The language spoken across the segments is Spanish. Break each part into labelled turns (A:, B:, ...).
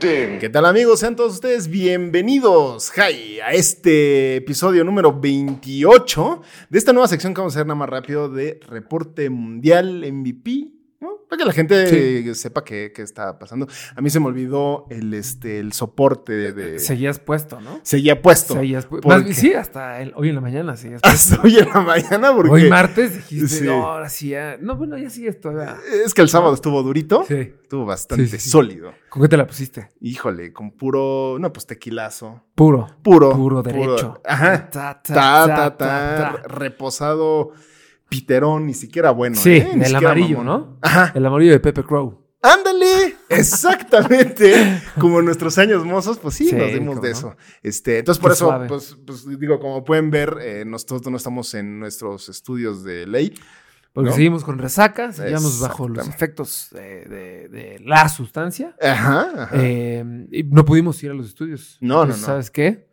A: ding.
B: ¿Qué tal amigos? Sean todos ustedes bienvenidos hi, a este episodio número 28 de esta nueva sección que vamos a hacer nada más rápido de Reporte Mundial MVP. ¿no? Para que la gente eh, sepa qué, qué está pasando. A mí se me olvidó el, este, el soporte de...
C: Seguías puesto, ¿no?
B: Seguía puesto.
C: Seguías puesto.
B: eh, Porque-
C: Sí, hasta el- hoy en la mañana seguías puesto.
B: Hasta hoy en la mañana porque...
C: Hoy martes dijiste,
B: Sí. Eh,
C: no, ahora sí ya. No, bueno, ya sigues todavía.
B: Es que el sábado estuvo durito.
C: Sí.
B: Estuvo bastante
C: Sí, sí, sí.
B: sólido.
C: ¿Con qué te la pusiste?
B: Híjole, con puro... No, pues tequilazo.
C: Puro.
B: Puro.
C: Puro derecho.
B: Ajá.
C: Ta, ta,
B: ta,
C: ta,
B: ta, ta,
C: ta, ta.
B: reposado piterón, ni siquiera bueno.
C: sí,
B: ¿eh? Ni
C: el
B: siquiera
C: amarillo,
B: mamón.
C: ¿no?
B: Ajá.
C: El amarillo de Pepe Crow.
B: ¡Ándale! Exactamente. como en nuestros años mozos, pues sí,
C: Sí,
B: nos dimos
C: cómo
B: de
C: no.
B: eso. Este, entonces, por
C: Qué
B: eso,
C: suave.
B: pues, pues, digo, como pueden ver, eh, nosotros no estamos en nuestros estudios de ley.
C: Porque
B: ¿No?
C: seguimos con resaca, seguimos bajo los
B: Exactamente.
C: efectos eh, de, de la sustancia.
B: Ajá, ajá.
C: Eh, y no pudimos ir a los estudios.
B: No, no, no.
C: ¿Sabes qué?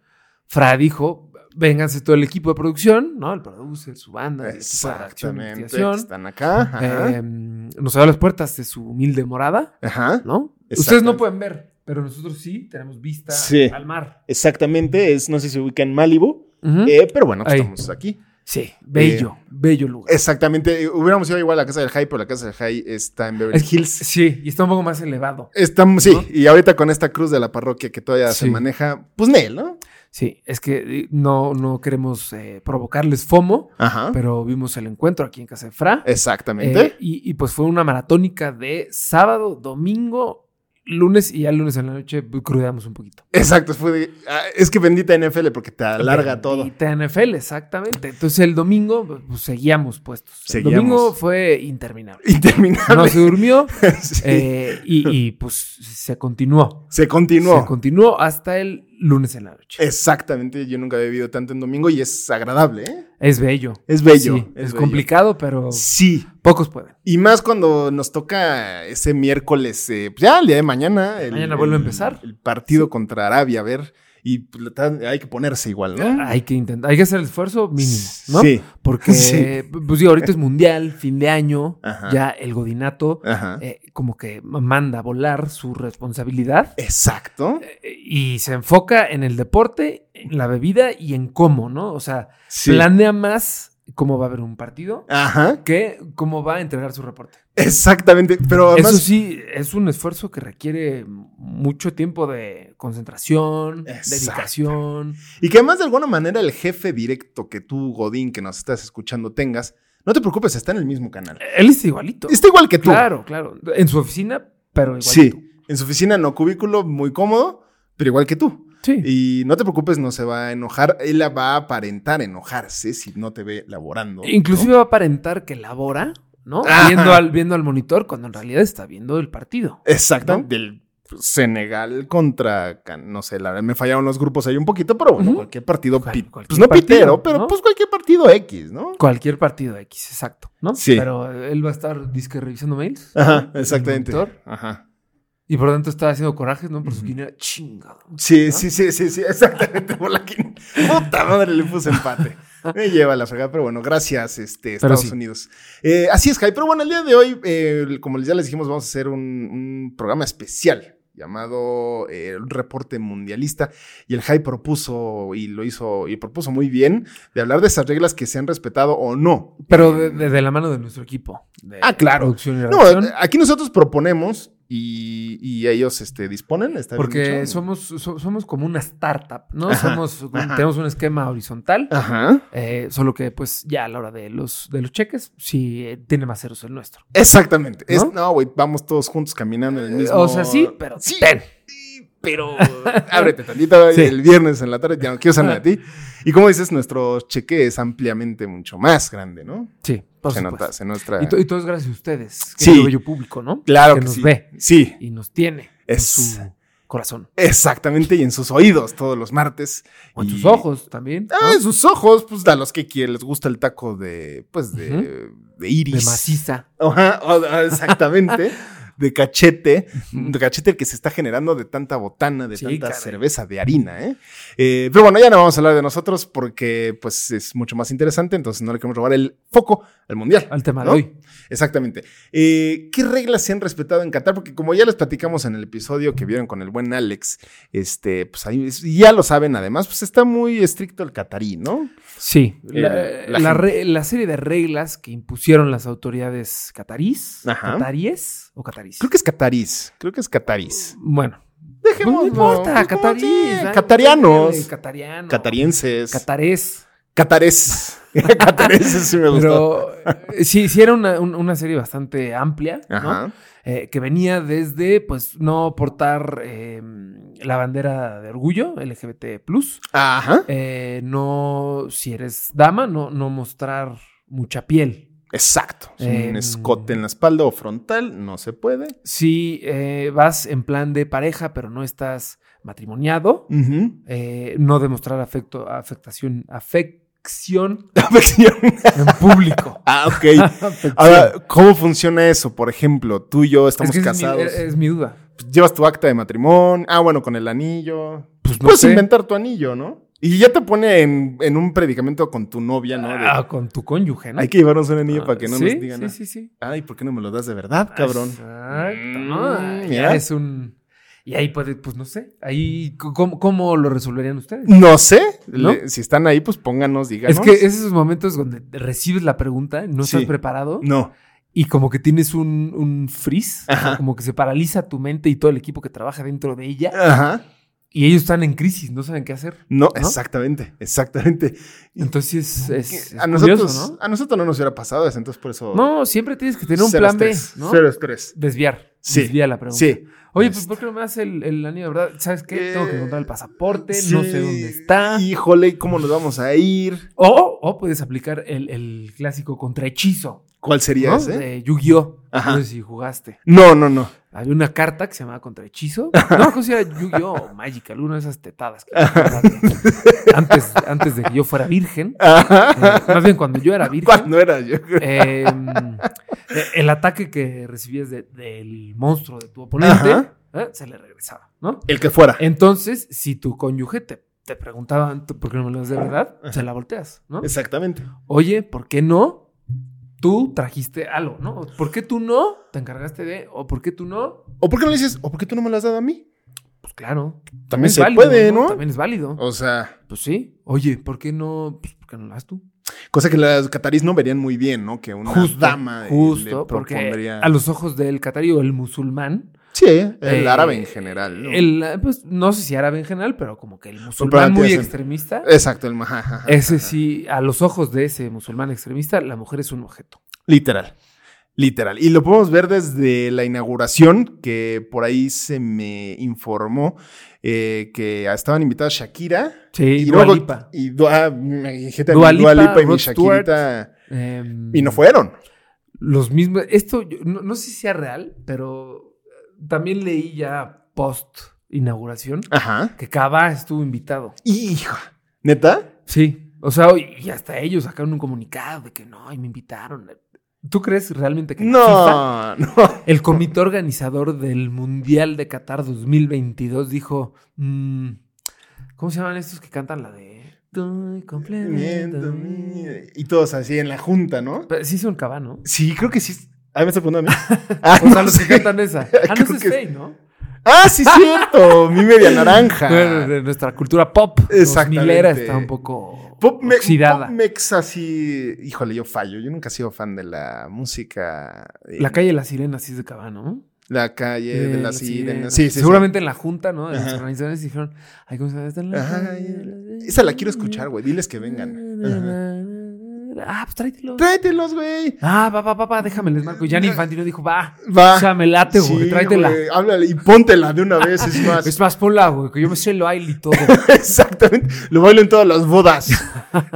C: Fra dijo, vénganse todo el equipo de producción, ¿no? El producer, su banda, el equipo de redacción,
B: Exactamente. que
C: investigación.
B: Están acá. Ajá.
C: Eh, nos abrió las puertas de su humilde morada,
B: ajá.
C: ¿no?
B: Exactamente.
C: Ustedes no pueden ver, pero nosotros sí tenemos vista
B: Sí.
C: al mar.
B: Exactamente. Es, no sé si se ubica en Malibu.
C: Ujú.
B: eh, pero bueno, pues,
C: ¿Mm? Ahí.
B: estamos aquí.
C: sí, eh, bello, bello lugar.
B: Exactamente. eh, Hubiéramos ido igual a la casa del High, pero la casa del High está en Beverly
C: Es-
B: Hills.
C: Sí, y está un poco más elevado.
B: Estamos, sí, y ahorita con esta cruz de la parroquia que todavía se
C: Sí.
B: maneja, pues Nel, ¿no?
C: Sí, es que eh, no, no queremos eh, provocarles FOMO,
B: Ajá.
C: pero vimos el encuentro aquí en Casa de Fra.
B: Exactamente.
C: Eh, y, y pues fue una maratónica de sábado, domingo, lunes y ya el lunes en la noche pues, crudamos un poquito.
B: Exacto. fue de- ah, es que bendita NFL porque te alarga todo.
C: Y NFL, exactamente. Entonces el domingo pues, seguíamos puestos.
B: Seguíamos.
C: El domingo fue interminable.
B: Interminable.
C: No se durmió
B: Sí.
C: eh, y, y, pues se continuó.
B: se continuó.
C: Se continuó hasta el lunes en la noche.
B: Exactamente. Yo nunca había vivido tanto en domingo y es agradable, ¿eh?
C: Es bello.
B: Es bello,
C: Sí,
B: es
C: es
B: bello.
C: complicado, pero
B: Sí.
C: pocos pueden.
B: Y más cuando nos toca ese miércoles, eh, pues ya el día de mañana. El,
C: Mañana vuelve a
B: el-
C: empezar.
B: El partido contra Arabia, a ver. Y pues, la tan- hay que ponerse igual, ¿no?
C: Hay que intentar, hay que hacer el esfuerzo mínimo, ¿no?
B: Sí.
C: Porque,
B: Sí.
C: pues digo, ahorita es mundial, fin de año,
B: Ajá.
C: ya el godinato
B: Ajá.
C: eh, como que manda a volar su responsabilidad
B: Exacto.
C: eh, y se enfoca en el deporte, en la bebida y en cómo, ¿no? O sea,
B: Sí.
C: planea más cómo va a haber un partido
B: Ajá.
C: que cómo va a entregar su reporte.
B: Exactamente. Pero además.
C: Eso sí, es un esfuerzo que requiere mucho tiempo de concentración,
B: Exacto.
C: dedicación.
B: Y que además de alguna manera el jefe directo que tú, Godín, que nos estás escuchando, tengas, no te preocupes, está en el mismo canal.
C: Él es igualito.
B: Está igual que tú.
C: Claro, claro. En su oficina, pero igualito.
B: Sí. En su oficina, no cubículo, muy cómodo, pero igual que tú.
C: Sí.
B: Y no te preocupes, no se va a enojar. Él va a aparentar enojarse si no te ve laborando. ¿no?
C: Inclusive va a aparentar que labora, ¿no?
B: Ajá.
C: Viendo al, viendo al monitor cuando en realidad está viendo el partido.
B: Exacto.
C: ¿no?
B: Del Senegal contra, Can- no sé, la verdad me fallaron los grupos ahí un poquito, pero bueno,
C: Ujú.
B: cualquier partido,
C: Cual-
B: pi-
C: cualquier
B: pues no
C: partido,
B: pitero, pero
C: ¿no?
B: pues cualquier partido X, ¿no?
C: Cualquier partido X, exacto, ¿no?
B: Sí.
C: Pero él va a estar disque revisando mails
B: Ajá, exactamente.
C: ¿El monitor?
B: Ajá.
C: y por lo tanto está haciendo corajes, ¿no? Por su quiniela, chingado.
B: Sí, sí, sí, sí, sí, exactamente. Por la quin- Puta madre, le puse empate. Me lleva la fregada, pero bueno, gracias, este,
C: Pero
B: Estados
C: sí.
B: Unidos. Eh, así es, Jai. Pero bueno, el día de hoy, eh, como ya les dijimos, vamos a hacer un, un programa especial llamado eh, un reporte mundialista y el Jai propuso y lo hizo y propuso muy bien de hablar de esas reglas que se han respetado o no.
C: Pero de, de- de la mano de nuestro equipo. de
B: Ah, claro.
C: Producción y
B: No, eh,
C: redacción.
B: aquí nosotros proponemos y, y ellos este, disponen. está bien
C: porque
B: dicho?
C: somos, so- somos como una startup, ¿no?
B: Ajá,
C: somos un-
B: ajá.
C: Tenemos un esquema horizontal,
B: Ajá.
C: eh, solo que pues ya a la hora de los, de los cheques, sí eh, tiene más ceros el nuestro.
B: Exactamente. Es-
C: ¿No? Eh,
B: No, güey, vamos todos juntos caminando en el mismo.
C: O sea, sí, pero
B: Sí,
C: ten.
B: sí, pero. Ábrete tantito
C: Sí.
B: el viernes en la tarde, ya no quiero saber de ti. Y como dices, nuestro cheque es ampliamente mucho más grande, ¿no?
C: Sí, por
B: se
C: supuesto.
B: nota, se nuestra.
C: Y, to- y todo es gracias a ustedes,
B: Sí.
C: querido bello público, ¿no?
B: claro
C: que,
B: que
C: nos
B: sí.
C: ve
B: Sí,
C: y nos tiene
B: Es-
C: en su corazón.
B: Exactamente, y en sus oídos todos los martes.
C: O en
B: Y-
C: sus ojos también.
B: Ah,
C: ¿no?
B: en sus ojos, pues a los que quie- les gusta el taco de, pues de, de
C: De
B: iris.
C: maciza.
B: Ajá, o- o- exactamente. De cachete, de cachete el que se está generando de tanta botana, de
C: Sí,
B: tanta
C: caray.
B: cerveza, de harina, ¿eh? Eh, Pero bueno, ya no vamos a hablar de nosotros porque pues es mucho más interesante, entonces no le queremos robar el foco al mundial.
C: Al tema de
B: ¿no?
C: hoy.
B: Exactamente. Eh, ¿Qué reglas se han respetado en Qatar? Porque como ya les platicamos en el episodio que vieron con el buen Alex, este, pues ahí es- ya lo saben además, pues está muy estricto el catarí, ¿no?
C: Sí.
B: El-
C: la,
B: Eh, la
C: la
B: gente.
C: re- la serie de reglas que impusieron las autoridades catarís.
B: Ajá.
C: ¿Cataríes o catarís?
B: Creo que es catarís, creo que es catarís.
C: Bueno.
B: Dejemos.
C: Pues, no importa, catarís. ¿eh?
B: Catarianos.
C: Catariano. Pues,
B: Catarienses.
C: Catarés.
B: Catarés. Catareses, sí me gustó.
C: Pero eh, sí, sí era una, un- una serie bastante amplia, ¿no?
B: Ajá.
C: Eh, que venía desde, pues, no portar eh, la bandera de orgullo LGBT+,
B: Ajá.
C: eh, no, si eres dama, no, no mostrar mucha piel.
B: Exacto.
C: Em.
B: Un escote en la espalda o frontal, no se puede.
C: Si eh, vas en plan de pareja, pero no estás matrimoniado, eh, no demostrar afecto, afectación, afección
B: Afección.
C: en público.
B: ah, ok.
C: Afección.
B: Ahora, ¿cómo funciona eso? Por ejemplo, tú y yo
C: Es
B: estamos
C: que esa es mi- eh,
B: casados.
C: Es, es mi duda.
B: Pues, Llevas tu acta de matrimonio. Ah, bueno, con el anillo.
C: Pues no
B: Puedes
C: sé.
B: inventar tu anillo, ¿no? Y ya te pone en, en un predicamento con tu novia, ¿no? De,
C: Ah, con tu cónyuge, ¿no?
B: Hay que llevarnos un anillo
C: Ah,
B: para que no
C: sí,
B: nos digan
C: Sí,
B: nada.
C: sí, Ah, sí.
B: Ay, ¿por qué no me lo das de verdad, cabrón?
C: Exacto.
B: Mm,
C: ¿no? Ah, ya
B: mira.
C: es un. Y ahí puede, pues no sé. Ahí, c- ¿cómo, cómo lo resolverían ustedes?
B: No sé.
C: ¿No?
B: Le- si están ahí, pues pónganos,
C: Es
B: díganos.
C: que es esos momentos donde recibes la pregunta, no estás
B: Sí.
C: preparado
B: No.
C: y como que tienes un, un freeze, o sea,
B: Ajá.
C: como que se paraliza tu mente y todo el equipo que trabaja dentro de ella
B: Ajá.
C: y ellos están en crisis, no saben qué hacer.
B: No,
C: ¿No?
B: exactamente. Exactamente.
C: Entonces es, es
B: a,
C: curioso,
B: nosotros, a nosotros no nos hubiera pasado eso, entonces por eso.
C: ¿no? No, siempre tienes que tener un
B: cero
C: plan B,
B: estrés,
C: ¿no?
B: Cero estrés.
C: Desviar.
B: Sí.
C: Desvía la pregunta.
B: Sí. Este.
C: Oye, pues ¿por qué no me das el, el anillo, de verdad? ¿Sabes qué? Tengo que
B: Eh,
C: encontrar el pasaporte,
B: Sí.
C: no sé dónde está.
B: Híjole, ¿y ¿cómo nos vamos a ir?
C: O, o puedes aplicar el, el clásico contrahechizo,
B: ¿Cuál sería
C: ¿no?
B: ese?
C: De Yu-Gi-Oh!
B: Ajá.
C: No sé si jugaste.
B: No, no, no.
C: Había una carta que se llamaba contrahechizo. No, no sé si era Yu-Gi-Oh! o Magical, una de esas tetadas que antes, antes de que yo fuera virgen. eh, más bien cuando yo era virgen.
B: ¿Cuándo era yo?
C: eh, eh, el ataque que recibías de- del monstruo de tu oponente
B: Ajá.
C: eh, se le regresaba, ¿no?
B: El que fuera.
C: ¿Eh? Entonces, si tu cónyuge te, te preguntaba, "¿Tú ¿por qué no me lo das de verdad? Se la volteas, ¿no?
B: Exactamente.
C: Oye, ¿por qué no? Tú trajiste algo, ¿no? ¿Por qué tú no te encargaste de? ¿O por qué tú no?
B: ¿O por qué no le dices, o por qué tú no me lo has dado a mí?
C: Pues claro. También,
B: se puede, ¿no?
C: También es válido.
B: O sea,
C: Pues sí. Oye, ¿por qué no? Pues, ¿por qué no lo das tú?
B: cosa que las catarís no verían muy bien, ¿no? Que una dama eh,
C: justo,
B: le
C: porque
B: propondría.
C: a los ojos del catarí o el musulmán,
B: Sí, el
C: eh,
B: árabe en general. ¿no?
C: el, eh, pues no sé si árabe en general, pero como que el
B: para
C: musulmán
B: ti Eh,
C: muy
B: hacen-
C: extremista,
B: Exacto, el majaja.
C: ese sí, a los ojos de ese musulmán extremista, la mujer es un objeto.
B: Literal. Literal. Y lo podemos ver desde la inauguración, que por ahí se me informó eh, que estaban invitadas Shakira.
C: Sí,
B: y
C: Dua
B: luego-
C: Lipa.
B: Y Dua, ah, imagínate,
C: Dua
B: Dua
C: Lipa,
B: Lipa, y mi
C: Rod Stewart.
B: Shakirita.
C: Em,
B: Y no fueron.
C: Los mismos. Esto yo- no, no sé si sea real, pero eh, también leí ya post inauguración
B: Ajá.
C: que Cava estuvo invitado.
B: Hija. ¿Neta?
C: Sí. O sea, y y hasta ellos sacaron un comunicado de que no, y me invitaron. ¿Tú crees realmente que la
B: No,
C: FIFA,
B: no.
C: el comité organizador del Mundial de Qatar 2022 dijo, mm, ¿cómo se llaman estos que cantan la de... "Tú complementame"?
B: Y todos así en la junta, ¿no?
C: Pero Sí son Cava, ¿no?
B: Sí, creo que sí. Ahí me está preguntando a mí. Ah,
C: O sea,
B: no
C: los
B: sé.
C: que cantan esa. Ah, no,
B: Creo
C: ese es
B: que-
C: Fey, ¿no?
B: Ah, sí, cierto. mi media naranja.
C: Bueno, de nuestra cultura pop.
B: Exactamente.
C: milera está un poco
B: Pop, me-
C: oxidada.
B: pop mex así. Híjole, yo fallo. Yo nunca he sido fan de la música. eh,
C: la calle de las sirenas sí es de Cabana, ¿no?
B: La calle de
C: Eh,
B: las
C: las
B: sirenas.
C: sirenas.
B: Sí, sí, sí.
C: Seguramente en la junta, ¿no? De los organizadores dijeron, ay, ¿cómo se llama esta? La
B: Ajá,
C: calle de las
B: Esa la quiero escuchar,
C: sirenas".
B: güey. Diles que vengan. Ajá.
C: Ah, pues tráetelo.
B: Tráetelos, güey.
C: Ah, va, va, va, va, déjame les marco. Gianni Infantino dijo, va.
B: Va.
C: O sea, me late, güey.
B: Sí,
C: tráetela.
B: güey, Háblale y póntela de una vez, es más.
C: Es más pola, güey, que yo me sé el baile y todo.
B: Exactamente. Lo bailo en todas las bodas.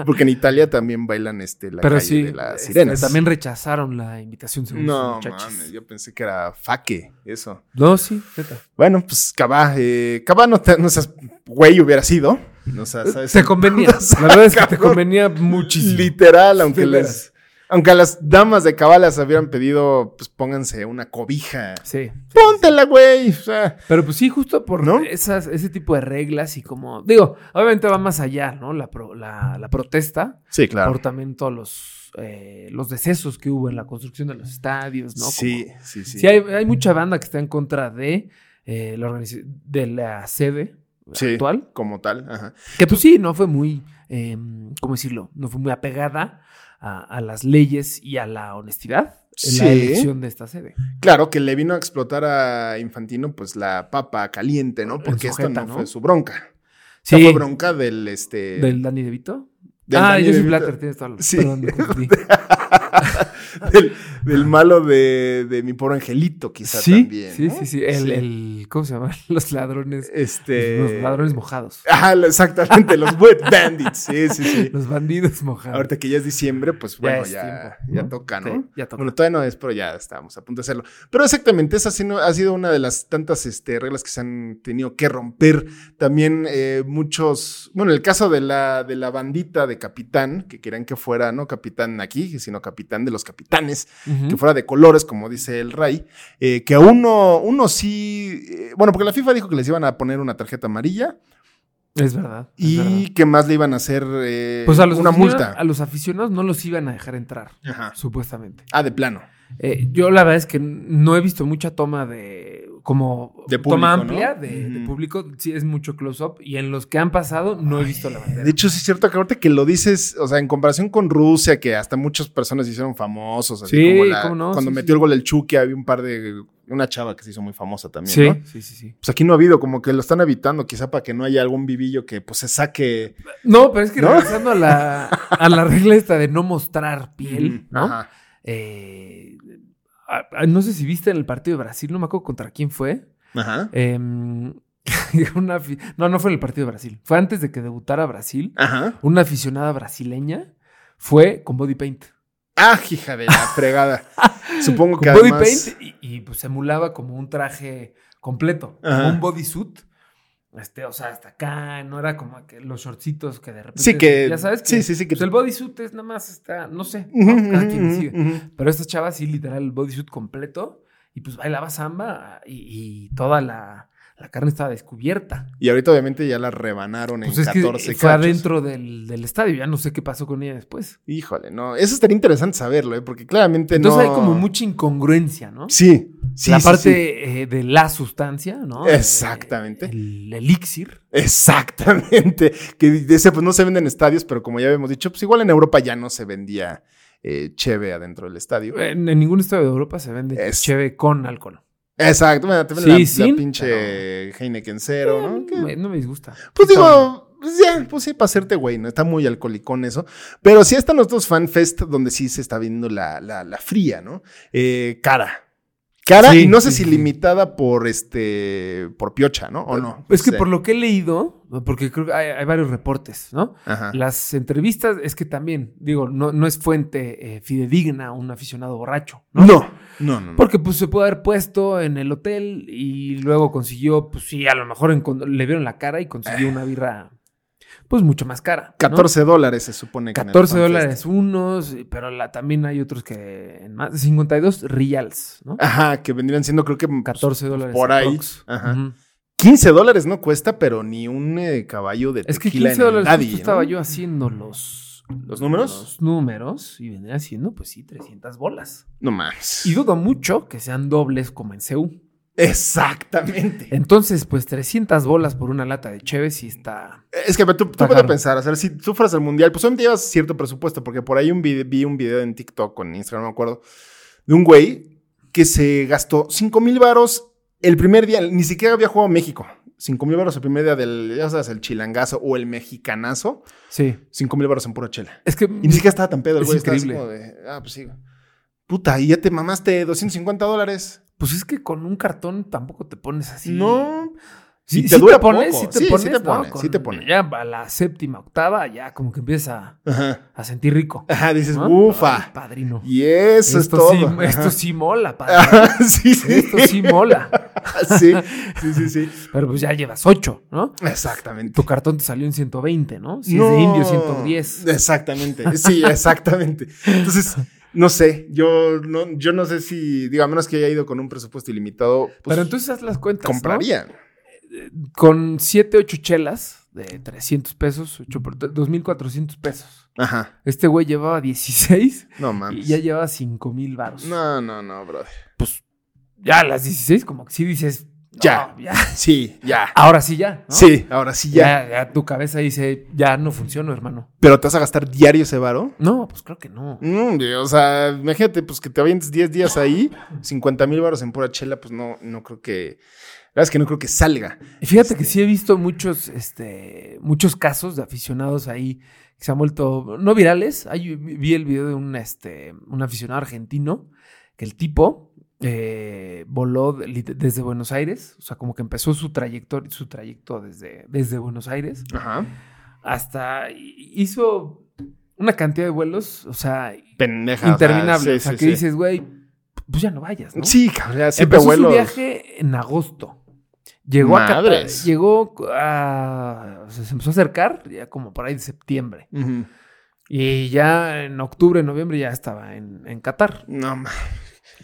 B: Porque en Italia también bailan este, la
C: Pero
B: calle
C: sí,
B: de las
C: este,
B: sirenas.
C: también rechazaron la invitación según sus
B: No,
C: muchachos.
B: mames, yo pensé que era faque, eso.
C: No, sí, neta.
B: Bueno, pues Cabá, eh, Cabá no, te- no seas güey hubiera sido. No seas, ¿sabes?
C: Te convenía. La verdad es que te convenía muchísimo.
B: Literal, aunque
C: De
B: las,
C: veras.
B: aunque a las damas de Cabá las habían pedido, pues pónganse una cobija.
C: Sí.
B: Póntela, güey. O sea,
C: Pero pues sí, justo por
B: ¿No?
C: esas, ese tipo de reglas y como. Digo, obviamente va más allá, ¿no? La, pro- la, la protesta.
B: sí, claro.
C: Por también todos los, eh, los decesos que hubo en la construcción de los estadios, ¿no? Como-
B: sí, sí, sí,
C: Sí, hay, hay mucha banda que está en contra de, eh, la, organiz- de la sede
B: Sí,
C: actual.
B: Como tal, ajá.
C: Que pues sí, no fue muy, eh, ¿cómo decirlo? No fue muy apegada a, a las leyes y a la honestidad en
B: Sí.
C: la elección de esta sede.
B: Claro que le vino a explotar a Infantino, pues la papa caliente, ¿no? Porque
C: En su
B: esto
C: jeta,
B: no,
C: ¿no?
B: fue su bronca.
C: Sí,
B: Esta fue bronca del este.
C: del Danny DeVito.
B: del
C: ah,
B: Danny
C: yo soy
B: DeVito.
C: Platter, tienes toda la
B: Sí.
C: perdón, me confundí.
B: del, del malo de, de mi pobre angelito, quizá
C: Sí,
B: también.
C: sí,
B: ¿no?
C: sí, sí. El, el- ¿cómo se llaman? Los ladrones.
B: Este.
C: Los ladrones mojados.
B: Ajá, lo- exactamente, los wet bandits. Sí, sí, sí.
C: Los bandidos mojados.
B: Ahorita que ya es diciembre, pues
C: Ya
B: bueno,
C: es
B: ya,
C: tiempo,
B: ya
C: ¿no?
B: toca, ¿no?
C: Sí, ya toca.
B: Bueno, todavía no es, pero ya estábamos a punto de hacerlo. Pero exactamente, esa ha sido- ha sido una de las tantas este, reglas que se han tenido que romper. También eh, muchos, bueno, el caso de la, de la bandita de capitán, que querían que fuera, no capitán aquí, sino capitán de los capitanes,
C: Ujú.
B: que fuera de colores, como dice el Ray, eh, que a uno, uno sí, eh, bueno, porque la FIFA dijo que les iban a poner una tarjeta amarilla
C: Es verdad. es
B: y
C: verdad.
B: que más le iban a hacer eh,
C: Pues a los,
B: una
C: aficionados-
B: multa.
C: a los aficionados no los iban a dejar entrar,
B: Ajá.
C: supuestamente.
B: Ah, de plano.
C: Eh, yo la verdad es que no he visto mucha toma de como
B: De
C: toma
B: público, ¿no?
C: amplia de, de
B: Ujú.
C: público, sí es mucho close up y en los que han pasado no he visto la bandera.
B: De hecho, sí es cierto que ahorita que lo dices, o sea, en comparación con Rusia, que hasta muchas personas se hicieron famosos, así
C: Sí,
B: como la-
C: cómo no,
B: cuando
C: sí,
B: metió
C: sí.
B: el gol el Chucky, había un par de una chava que se hizo muy famosa también,
C: sí,
B: ¿no?
C: sí, sí, sí.
B: Pues aquí no ha habido, como que lo están evitando, quizá para que no haya algún vivillo que pues se saque.
C: No, pero es que
B: ¿No?
C: regresando a la, a la regla esta de no mostrar piel,
B: Mm,
C: ¿no?
B: ajá.
C: Eh, a- a- no sé si viste en el partido de Brasil, no me acuerdo contra quién fue.
B: Ajá.
C: Eh, una afi- no, no fue en el partido de Brasil. Fue antes de que debutara Brasil.
B: Ajá.
C: Una aficionada brasileña fue con body paint.
B: Ah, hija de la fregada. Supongo que
C: con body
B: además.
C: paint y, y, pues emulaba como un traje completo, como
B: Ajá.
C: un bodysuit. Este, o sea, hasta acá, no era como que los shortcitos que de repente.
B: Sí, que-
C: Ya sabes que.
B: sí, sí, sí, que-
C: pues el bodysuit es nada más está, no sé.
B: Ujú,
C: ¿no? Cada
B: ujú,
C: quien
B: ujú,
C: decide.
B: ujú.
C: Pero esta chava sí, literal, el bodysuit completo. Y pues bailaba samba y, y toda la, la carne estaba descubierta.
B: Y ahorita obviamente ya la rebanaron
C: Pues
B: en
C: es que
B: 14
C: fue
B: cachos.
C: adentro del, del estadio. Ya no sé qué pasó con ella
B: Eh,
C: después.
B: Híjole, no. Eso estaría interesante saberlo, ¿eh? porque claramente
C: Entonces
B: no.
C: hay como mucha incongruencia, ¿no?
B: Sí, sí.
C: la
B: sí,
C: parte
B: sí.
C: eh, de la sustancia, ¿no?
B: Exactamente.
C: Eh, el elixir.
B: Exactamente. Que dice, pues no se venden estadios, pero como ya habíamos dicho, pues igual en Europa ya no se vendía eh, cheve adentro del estadio.
C: En, en ningún estado de Europa se vende
B: Es-
C: cheve con alcohol.
B: Exacto. Bueno, te
C: Sí, Eh,
B: venden la- la,
C: sí,
B: pinche Heineken cero, ¿no? Que-
C: Me- no me disgusta.
B: Pues digo, pues ya, pues sí, para hacerte güey, ¿no? Está muy alcoholicón eso. Pero sí están los dos fanfest donde sí se está viendo la, la, la fría, ¿no? Eh, cara. Cara,
C: Sí,
B: y no sé
C: sí,
B: si
C: sí.
B: limitada por este. por piocha, ¿no? O no.
C: Es que
B: Sí.
C: por lo que he leído, porque creo que hay, hay varios reportes, ¿no?
B: Ajá.
C: Las entrevistas, es que también, digo, no, no es fuente eh, fidedigna un aficionado borracho, ¿no?
B: No, no, no. no.
C: Porque pues se puede haber puesto en el hotel y luego consiguió, pues sí, a lo mejor encon- le vieron la cara y consiguió una birra, pues mucho más cara. ¿no?
B: 14 dólares se supone que. en el
C: 14
B: fanfest.
C: dólares unos, pero la, también hay otros que en más de 52 reals, ¿no?
B: Ajá, que vendrían siendo, creo que. Ah, pues,
C: 14 dólares.
B: Por ahí.
C: aprox.
B: Ajá.
C: Ujú.
B: 15 dólares no cuesta, pero ni un eh, caballo de tequila
C: Es que 15
B: en el
C: dólares
B: Daddy,
C: justo
B: ¿no?
C: estaba yo haciendo los...
B: ¿Los números?
C: Los números y venía haciendo, pues sí, 300 bolas.
B: No más.
C: Y dudo mucho que sean dobles como en CEU.
B: Exactamente.
C: Entonces, pues 300 bolas por una lata de Chévez sí está...
B: Es que pero tú, tú
C: Está
B: puedes
C: caro.
B: pensar, o sea, si tú fueras al mundial, pues solamente llevas cierto presupuesto, porque por ahí un vide- vi un video en TikTok o en Instagram, no me acuerdo, de un güey que se gastó 5 mil varos El primer día, ni siquiera había jugado México. 5 mil baros el primer día del, ya sabes, el chilangazo o el mexicanazo.
C: Sí.
B: 5 mil baros en pura chela.
C: Es que.
B: Y ni siquiera estaba tan pedo el
C: Es
B: güey. estaba así
C: increíble.
B: como de, ah, pues sí. Puta, y ya te mamaste 250 dólares.
C: Pues es que con un cartón tampoco te pones así.
B: No. Y
C: Sí,
B: te
C: sí te,
B: dura
C: pones,
B: poco.
C: sí te
B: Sí, sí
C: pones,
B: te
C: ¿no?
B: pones,
C: Con-
B: sí te pones.
C: Ya a la séptima, octava, ya como que empiezas a,
B: Ajá.
C: a sentir rico.
B: Ajá, dices,
C: ¿no? Ay,
B: ufa.
C: padrino.
B: Y eso es
C: Ah, esto,
B: todo.
C: sí,
B: Ajá.
C: esto sí mola, padrino.
B: Ajá, sí, sí.
C: Esto sí mola.
B: sí, sí, sí, sí.
C: Pero pues ya llevas ocho, ¿no?
B: Exactamente.
C: Tu cartón te salió en 120, ¿no? Si es de indio, 110.
B: Exactamente. Sí, exactamente. Entonces, no sé. Yo no, yo no sé si, digo, a menos que haya ido con un presupuesto ilimitado, pues,
C: Pero entonces haz las cuentas. ¿no?
B: compraría.
C: Con 7, 8 chelas de 300 pesos, ocho por tres, 2,400 pesos.
B: Ajá.
C: Este güey llevaba 16
B: No
C: y
B: mames.
C: ya llevaba 5,000 varos.
B: No, no, no, brother.
C: Ya a las 16, como que sí dices. no,
B: Ya.
C: ya.
B: Sí, ya.
C: Ahora sí, ya. ¿no?
B: Sí, ahora sí ya.
C: Ya, ya tu cabeza dice, ya no funciona, hermano.
B: Pero te vas a gastar diario ese varo.
C: No, pues creo que no.
B: Mm, o sea, imagínate, pues que te avientes 10 días ahí, 50 mil baros en pura chela, pues no, no creo que. La verdad es que no creo que salga.
C: Y Fíjate que sí he visto muchos, este, muchos casos de aficionados ahí que se han vuelto, no virales. Ahí vi vi el video de un, este, un aficionado argentino que el tipo eh, voló de- lit- desde Buenos Aires, o sea, como que empezó su trayectoria, su trayecto desde, desde Buenos Aires
B: Ajá.
C: hasta hi- hizo una cantidad de vuelos, o sea,
B: Pendeja.
C: interminables.
B: o sea,
C: o sea,
B: sí,
C: que
B: sí, sí.
C: dices, güey, pues ya no vayas, ¿no?
B: Sí, cabrón, ya siempre
C: Empezó
B: vuelos.
C: su viaje en agosto. Llegó a Qatar-
B: Madres.
C: Llegó a. o sea, se empezó a acercar ya como por ahí de septiembre.
B: Ujú.
C: Y ya en octubre, noviembre ya estaba en, en Qatar.
B: No, ma-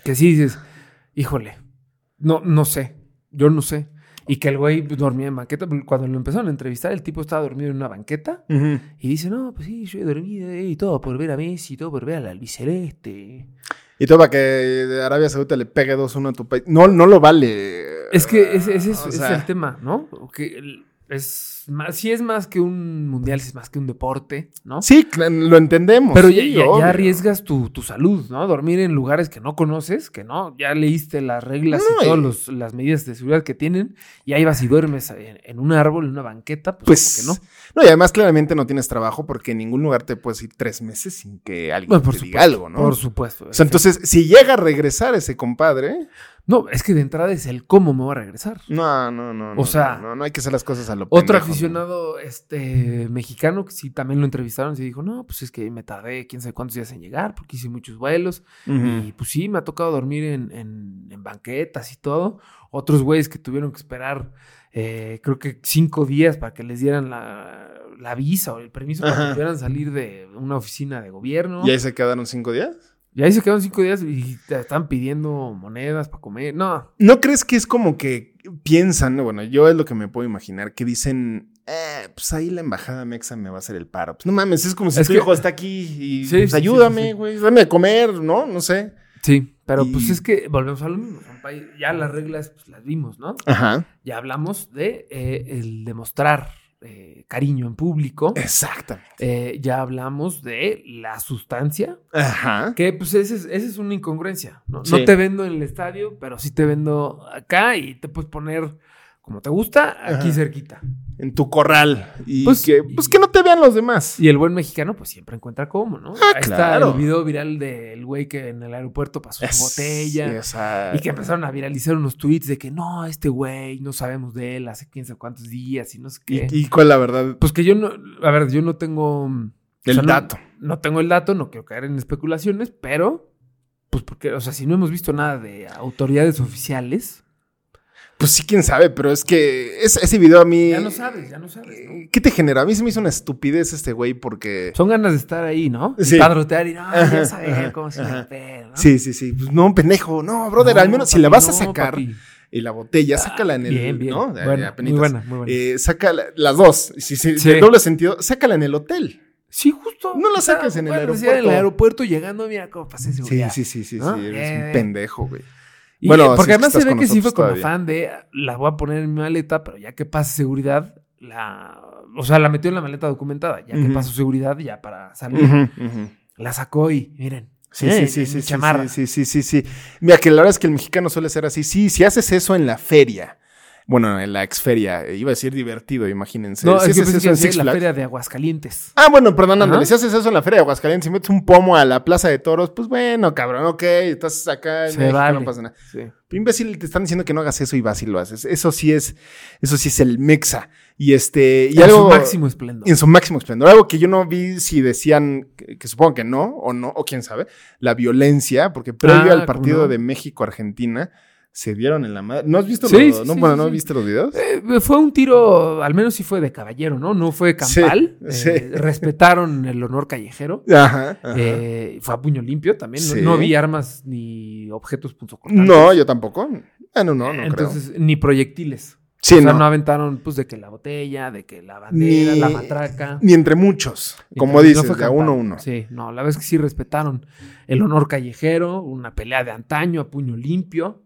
C: Que sí dices, híjole, no, no sé, yo no sé. Y que el güey dormía en banqueta. porque Cuando lo empezaron a entrevistar, el tipo estaba dormido en una banqueta. Y dice, no, pues sí, yo he dormido eh, y todo por ver a Messi, todo por ver al albiceleste.
B: Y todo para que Arabia Saudita le pegue 2-1 a tu país. No, no lo vale.
C: Es que ese, ese es,
B: O
C: es
B: sea,
C: el tema, ¿no? Que el- es más, sí es más que un mundial, sí es más que un deporte, ¿no?
B: Sí, cl- lo entendemos.
C: Pero ya,
B: sí,
C: ya- ya
B: obvio.
C: arriesgas tu, tu salud, ¿no? Dormir en lugares que no conoces, que no, ya leíste las reglas
B: No,
C: y
B: y-
C: todas las medidas de seguridad que tienen, y ahí vas y duermes en, en un árbol, en una banqueta, pues,
B: Pues
C: como que no.
B: no. y además claramente no tienes trabajo porque en ningún lugar te puedes ir tres meses sin que alguien
C: Bueno, Pues, por
B: te
C: supuesto.
B: diga algo, ¿no?
C: Por supuesto.
B: O sea, entonces, si llega a regresar ese compadre,
C: No, es que de entrada es el cómo me voy a regresar.
B: no, no, no.
C: O
B: no,
C: sea,
B: no, no, no hay que hacer las cosas a lo
C: Otro
B: pendejo, ¿no?
C: aficionado este, mexicano que sí también lo entrevistaron, se dijo, no, pues es que me tardé quién sabe cuántos días en llegar porque hice muchos vuelos.
B: Ujú.
C: Y pues sí, me ha tocado dormir en, en- en banquetas y todo. Otros güeyes que tuvieron que esperar, eh, creo que cinco días para que les dieran la, la visa o el permiso para que
B: Ajá.
C: pudieran salir de una oficina de gobierno.
B: ¿Y ahí se quedaron cinco días?
C: Y ahí se quedaron cinco días y te están pidiendo monedas para comer. No,
B: ¿No crees que es como que piensan, bueno, yo es lo que me puedo imaginar, que dicen, eh, pues ahí la embajada mexa me va a hacer el paro. Pues no mames, es como si
C: Es
B: tu
C: que-
B: hijo está aquí y
C: Sí,
B: pues
C: sí, sí, sí, sí.
B: ayúdame, güey, dame de comer, ¿no? No sé.
C: sí, pero
B: Y-
C: pues es que volvemos a lo mismo. son países- Ya las reglas pues, las vimos, ¿no?
B: Ajá.
C: Ya hablamos de eh, el demostrar eh, cariño en público.
B: Exactamente.
C: Eh, ya hablamos de la sustancia,
B: Ajá.
C: que pues esa es, esa es una incongruencia. ¿no? No
B: Sí.
C: te vendo en el estadio, pero sí te vendo acá y te puedes poner como te gusta, aquí
B: Ajá.
C: cerquita.
B: En tu corral. Y
C: Pues-
B: que, pues que no te vean los demás.
C: Y el buen mexicano, pues siempre encuentra cómo, ¿no?
B: Ah,
C: Ahí
B: claro.
C: está el video viral del güey que en el aeropuerto pasó
B: Es-
C: su botella.
B: sí, o sea,
C: Y que pues, empezaron a viralizar unos tweets de que no, este güey, no sabemos de él hace quién sabe cuántos días y no sé qué.
B: y, y cuál la verdad,
C: Pues que yo no, a ver, yo no tengo mm,
B: el
C: o sea, no-
B: dato.
C: No, tengo el dato, no quiero caer en especulaciones, pero pues porque, o sea, si no hemos visto nada de autoridades oficiales,
B: Pues sí, quién sabe, pero es que es- ese video a mí.
C: ya no sabes, ya no sabes. ¿no?
B: ¿Qué te genera? A mí se me hizo una estupidez este güey porque.
C: Son ganas de estar ahí, ¿no? Y
B: Sí.
C: padrotear y no, ya
B: Ajá,
C: sabes
B: ajá,
C: cómo se
B: ajá.
C: me pega, ¿no?
B: Sí, sí, sí. Pues no, pendejo. No, brother,
C: No,
B: al menos si
C: papi,
B: la vas a
C: no,
B: sacar
C: papi. Ah,
B: y la botella, sácala en el.
C: bien, bien.
B: ¿no?
C: Bueno,
B: apenitas.
C: muy buena, muy buena.
B: Eh, sácala, las dos. Si se
C: Sí.
B: de doble sentido, sácala en el hotel.
C: Sí, justo.
B: No la
C: o sea,
B: saques en el
C: bueno, decía, en el
B: aeropuerto.
C: aeropuerto llegando, mira cómo pasé
B: Sí,
C: seguridad.
B: sí, sí, sí,
C: ¿no?
B: sí. Eres
C: Eh,
B: un pendejo, güey.
C: Y,
B: Bueno,
C: eh,
B: si es
C: porque
B: que
C: además se
B: estás
C: ve
B: con
C: que sí fue
B: nosotros
C: con
B: todavía.
C: afán de la voy a poner en mi maleta, pero ya que pase seguridad, la o sea, la metió en la maleta documentada, ya que
B: Ujú.
C: pasó seguridad, ya para salir,
B: Ujú, ujú.
C: la sacó y miren,
B: Sí,
C: Eh,
B: sí, sí,
C: en
B: sí, sí,
C: chamarra.
B: sí, sí, sí, sí. Mira, que la verdad es que el mexicano suele ser así. Sí, si haces eso en la feria, bueno, en la exferia, eh, iba a decir divertido, imagínense.
C: No,
B: Si
C: es
B: haces
C: que pensé
B: eso
C: que
B: en
C: decía
B: Six
C: la
B: Flags-
C: feria de Aguascalientes.
B: Ah, bueno, perdón, ándale,
C: Ajá.
B: si haces eso en la feria de Aguascalientes y metes un pomo a la plaza de toros, pues bueno, cabrón, ok, estás acá en
C: Se
B: México,
C: vale.
B: no pasa nada.
C: Sí.
B: Pero imbécil, te están diciendo que no hagas eso y vas y lo haces. Eso sí es, eso sí es el mexa. Y este, y
C: en
B: algo.
C: su máximo esplendor.
B: En su máximo esplendor. Algo que yo no vi si decían, que, que supongo que no, o no, o quién sabe, la violencia, porque previo
C: Ah,
B: al partido
C: ¿cómo no?
B: de México-Argentina se dieron en la madre. ¿No has visto
C: Sí,
B: los,
C: sí,
B: no,
C: sí,
B: bueno,
C: sí,
B: ¿no
C: sí.
B: viste los videos?
C: Eh, fue un tiro, al menos sí fue de caballero, ¿no? No fue campal.
B: Sí,
C: Eh,
B: sí.
C: Respetaron el honor callejero.
B: Ajá. ajá.
C: Eh, fue a puño limpio también. No,
B: Sí.
C: no vi armas ni objetos punzocortantes.
B: no, yo tampoco. Ah, no, no, no creo.
C: Entonces, ni proyectiles.
B: Sí,
C: o sea,
B: no.
C: no. aventaron, pues, de que la botella, de que la bandera,
B: Ni-
C: la matraca.
B: Ni entre muchos, como
C: Entonces, no
B: dices,
C: fue
B: de a
C: campal.
B: uno a uno.
C: Sí, no, la vez que sí respetaron el honor callejero, una pelea de antaño a puño limpio.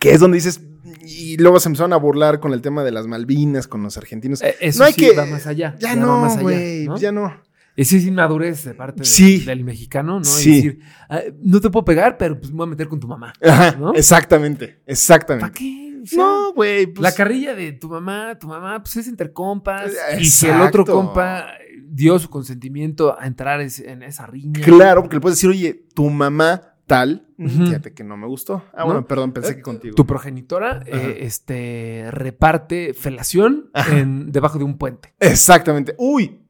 B: Que es donde dices, y luego se empezaron a burlar con el tema de las Malvinas, con los argentinos.
C: Eh, eso
B: no hay
C: sí
B: que...
C: va más allá.
B: Ya,
C: va
B: no,
C: más allá,
B: güey,
C: ¿no?
B: ya no.
C: Esa es inmadurez de parte de-
B: Sí.
C: del mexicano, ¿no? Y
B: Sí.
C: decir, "Ah, no te puedo pegar, pero pues me voy a meter con tu mamá.
B: Ajá,
C: ¿No?
B: exactamente,
C: ¿Para
B: exactamente.
C: qué? O sea,
B: No, güey, pues...
C: la carrilla de tu mamá, tu mamá, pues es entre compas.
B: Eh,
C: Y si el otro
B: exacto.
C: compa dio su consentimiento a entrar es- en esa riña.
B: Claro, porque le puedes decir, oye, tu mamá tal,
C: Ujú.
B: fíjate que no me gustó. Ah,
C: ¿No? Eh,
B: bueno, perdón, pensé que contigo.
C: Tu progenitora eh, este, reparte felación en- debajo de un puente
B: Exactamente. Uy,